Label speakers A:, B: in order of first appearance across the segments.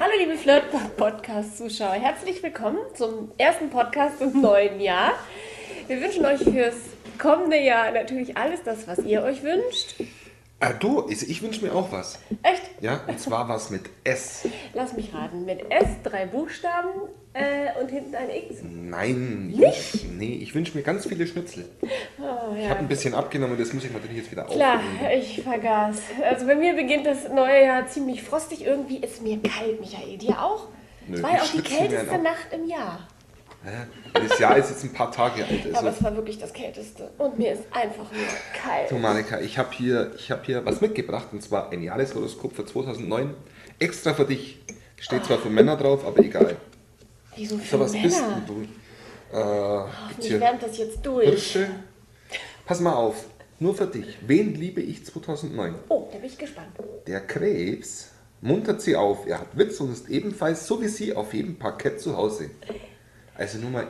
A: Hallo liebe Flirt-Podcast-Zuschauer, herzlich willkommen zum ersten Podcast im neuen Jahr. Wir wünschen euch fürs kommende Jahr natürlich alles das, was ihr euch wünscht.
B: Ah, du, ich, ich wünsche mir auch was.
A: Echt?
B: Ja, und zwar was mit S.
A: Lass mich raten, mit S drei Buchstaben äh, und hinten ein X.
B: Hm. Nein. ich wünsch- Nee, ich wünsche mir ganz viele Schnitzel.
A: Oh,
B: Ich
A: ja.
B: habe ein bisschen abgenommen, das muss ich natürlich jetzt wieder
A: Klar,
B: aufnehmen.
A: ich vergaß. Also bei mir beginnt das neue Jahr ziemlich frostig. Irgendwie ist mir kalt, Michael. Dir auch?
B: Nö,
A: es war
B: wir
A: ja auch die
B: schwitzen ja
A: kälteste
B: noch.
A: Nacht im Jahr.
B: Das Jahr ist jetzt ein paar Tage alt.
A: Aber
B: Also,
A: es war wirklich das kälteste. Und mir ist einfach nur kalt.
B: du Monika, ich habe hier, ich hab hier was mitgebracht und zwar ein Jahreshoroskop für 2009. Extra für dich. Steht zwar für Männer drauf, aber egal.
A: Wieso für
B: So was bist
A: Männer?
B: denn du? Äh, gibt's
A: Hoffentlich
B: hier
A: wärmt das jetzt durch.
B: Hirsche? Pass mal auf, nur für dich. Wen liebe ich 2009?
A: Oh, da bin ich gespannt.
B: Der Krebs muntert sie auf. Er hat Witz und ist ebenfalls, so wie sie, auf jedem Parkett zu Hause. Also nur mal,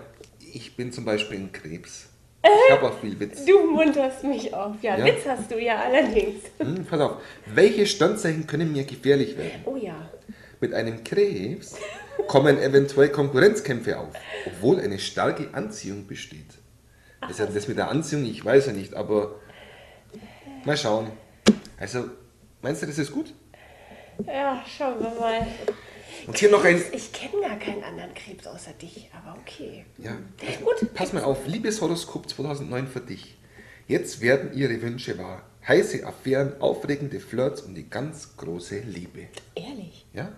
B: ich bin zum Beispiel ein Krebs. Ich habe auch viel Witz.
A: Du munterst mich auf. Ja,
B: Ja.
A: Witz hast du ja allerdings.
B: Hm, pass auf. Welche Standzeichen können mir gefährlich werden?
A: Oh ja.
B: Mit einem Krebs kommen eventuell Konkurrenzkämpfe auf, obwohl eine starke Anziehung besteht. Das, hat das mit der Anziehung, ich weiß ja nicht, aber mal schauen. Also, meinst du, das ist gut?
A: Ja, schauen wir mal.
B: Und hier noch ein
A: Ich kenne gar keinen anderen Krebs außer dich, aber okay.
B: Ja,
A: Gut.
B: gut. Pass mal auf, liebes Horoskop 2009 für dich. Jetzt werden Ihre Wünsche wahr. Heiße Affären, aufregende Flirts und die ganz große Liebe.
A: Ehrlich.
B: Ja?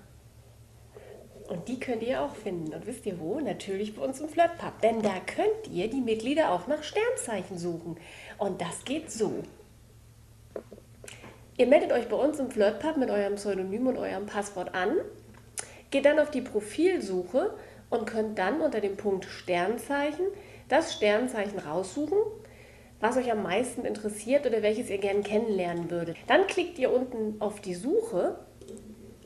A: Und die könnt ihr auch finden. Und wisst ihr wo? Natürlich bei uns im Flirtpub. Denn da könnt ihr die Mitglieder auch nach Sternzeichen suchen. Und das geht so. Ihr meldet euch bei uns im Flirtpub mit eurem Pseudonym und eurem Passwort an. Geht dann auf die Profilsuche und könnt dann unter dem Punkt Sternzeichen das Sternzeichen raussuchen, was euch am meisten interessiert oder welches ihr gern kennenlernen würdet. Dann klickt ihr unten auf die Suche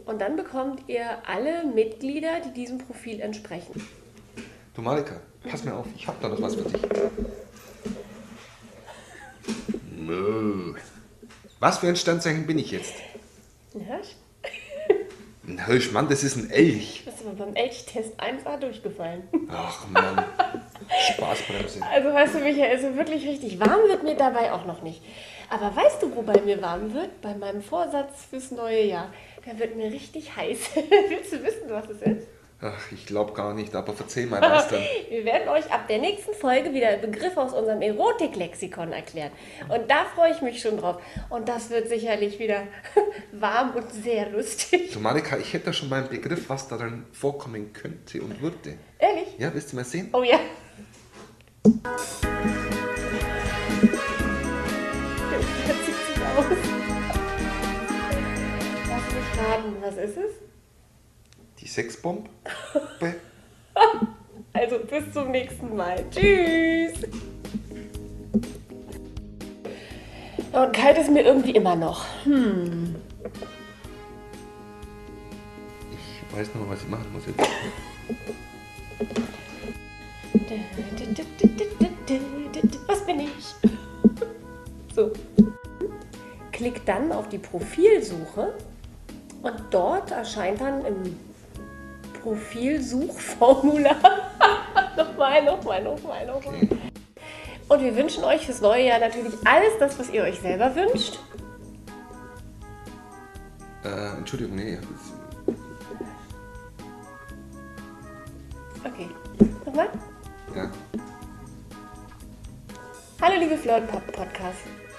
A: und dann bekommt ihr alle Mitglieder, die diesem Profil entsprechen.
B: Du Malika, pass mal auf, ich hab da noch was für dich. Nö. Was für ein Standzeichen bin ich jetzt?
A: Ein Hirsch?
B: Ein Hirsch, Mann, das ist ein Elch.
A: Bist aber beim Elchtest 1a durchgefallen.
B: Ach Mann. Spaßbremse.
A: Also weißt du, Michael, also wirklich richtig warm wird mir dabei auch noch nicht. Aber weißt du, wo bei mir warm wird? Bei meinem Vorsatz fürs neue Jahr. Da wird mir richtig heiß. Willst du wissen, was es ist?
B: Ach, ich glaub gar nicht, aber verzeih mal was dann.
A: Wir werden euch ab der nächsten Folge wieder Begriffe aus unserem Erotiklexikon erklären. Und da freue ich mich schon drauf. Und das wird sicherlich wieder warm und sehr lustig.
B: Du Malika, ich hätte da schon mal einen Begriff, was darin vorkommen könnte und würde.
A: Ehrlich?
B: Ja, willst du mal sehen?
A: Oh ja. Das sieht sich aus. Lass mich raten, was ist es?
B: Die Sexbombe?
A: Also bis zum nächsten Mal. Tschüss. Und kalt ist mir irgendwie immer noch.
B: Ich weiß noch, was ich machen muss jetzt.
A: Was bin ich? So. Klick dann auf die Profilsuche und dort erscheint dann im Profilsuchformular. nochmal, nochmal, nochmal, nochmal.
B: Okay.
A: Und wir wünschen euch fürs neue Jahr natürlich alles das, was ihr euch selber wünscht.
B: Äh, Entschuldigung, nee. ich hab jetzt-
A: Okay. Nochmal.
B: Ja.
A: Hallo liebe Flirt Podcast